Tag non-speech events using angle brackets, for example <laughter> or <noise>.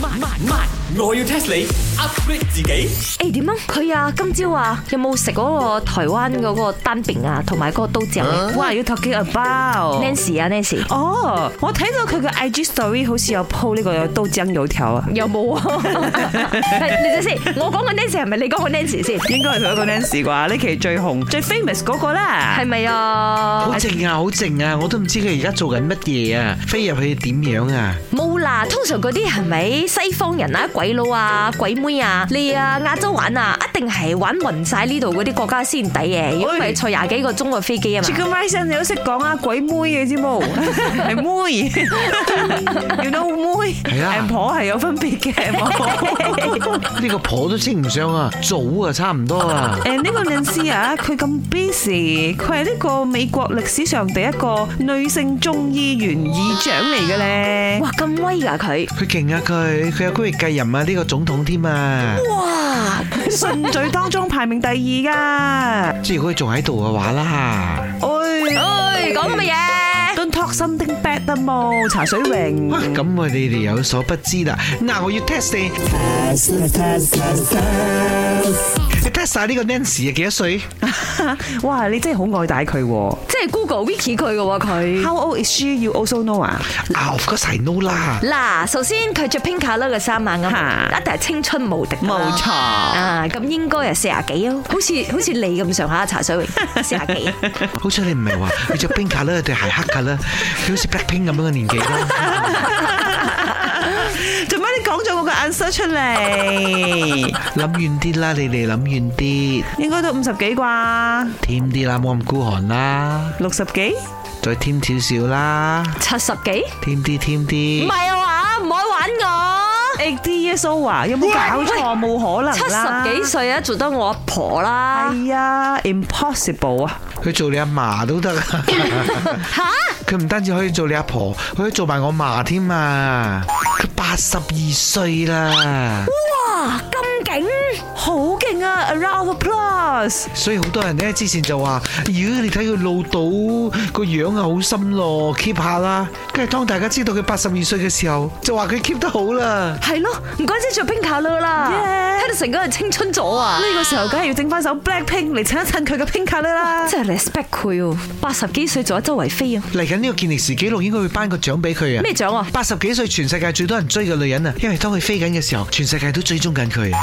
慢慢，我要 test 你 upgrade 自己。誒點啊？佢啊，今朝啊，有冇食嗰個台灣嗰個單餅啊，同埋嗰個刀仔啊哇！要 talking about à. ？Nancy 啊，Nancy，哦，我睇到佢嘅 IG story 好似有 po 呢個有刀漿油條啊，有 <laughs> 冇啊？你等先，我講個 Nancy 係咪你講個 Nancy 先？應該係佢一個 Nancy 啩，呢期最紅最 famous 嗰個啦係。咪啊好？靜啊，好靜啊，我都唔知佢而家做緊乜嘢啊，飛入去點樣啊？冇啦，通常嗰啲係咪西方人啊、鬼佬啊、鬼妹啊，你啊亞洲玩啊，一定係玩暈晒呢度嗰啲國家先抵嘅，如果唔係坐廿幾個鐘嘅飛機啊嘛。 Chicken Rice 你都識講啊，鬼妹嘅啫 <laughs> 冇，係妹，原來妹係啊係婆係有分 <laughs> 別嘅。冇呢個婆都稱唔上啊，早啊，差唔多啊。誒呢個 Nancy 啊，佢咁 busy，佢係呢個美國歷史上第一個女性眾議員議長嚟嘅咧。 <laughs> 哇，咁威㗎佢！佢勁啊佢，佢有機會繼任啊呢個總統添啊！哇，順序當中排名第二噶。即係如果佢仲喺度嘅話啦，哎，講乜嘢？ Don't talk something bad 得冇，茶水榮哇。 <laughs> 咁我哋哋有所不知啦。嗱，我要 test 你你，test 晒呢個 Nancy 啊幾多歲？哇，你真係好愛戴佢喎。即係 Google Wiki 佢嘅喎佢。 How old is she? You also know 啊？啊，of course I know 啦。嗱，首先佢着 pink colour 嘅衫啊，嚇啱，一定係青春無敵㗎啦。錯。啊，咁應該係四廿幾咯，好似好似你咁上下茶水榮四廿幾。好彩你唔係話佢着冰卡啦，對鞋黑卡啦，佢好似 Blackpink 咁樣嘅年紀啦。做咩你講咗我個 answer 出嚟？諗遠啲啦，你哋諗遠啲，應該都五十幾啩，添啲啦，冇咁孤寒啦，六十幾？再添少少啦，七十幾？添啲添唔啲。係啊嘛，唔好玩我。 eighty years old 啊？有冇搞錯？冇可能七啦！十幾歲啊，做得我阿婆啦。係啊，impossible 啊！佢做你阿嫲 <laughs> 都得啊！佢唔單止可以做你阿婆，佢可以做埋我嫲添啊！佢八十二歲啦，哇，咁勁！好勁啊！Around the plus，所以好多人咧之前就話：咦，你睇佢老到個樣啊，好深咯，keep 下啦。跟住當大家知道佢八十二歲嘅時候，就話佢 keep 得好啦。係咯，唔怪之着冰卡啦啦， Yeah 睇到成個人青春咗啊！呢個時候梗係要整翻首 Blackpink 嚟襯一襯佢嘅 pink 卡啦。真係 respect 佢喎，八十幾歲仲喺周圍飛啊！嚟緊呢個健力士紀錄應該會頒個獎俾佢啊！咩獎啊？八十幾歲全世界最多人追嘅女人啊，因為當佢飛緊嘅時候，全世界都追蹤緊佢。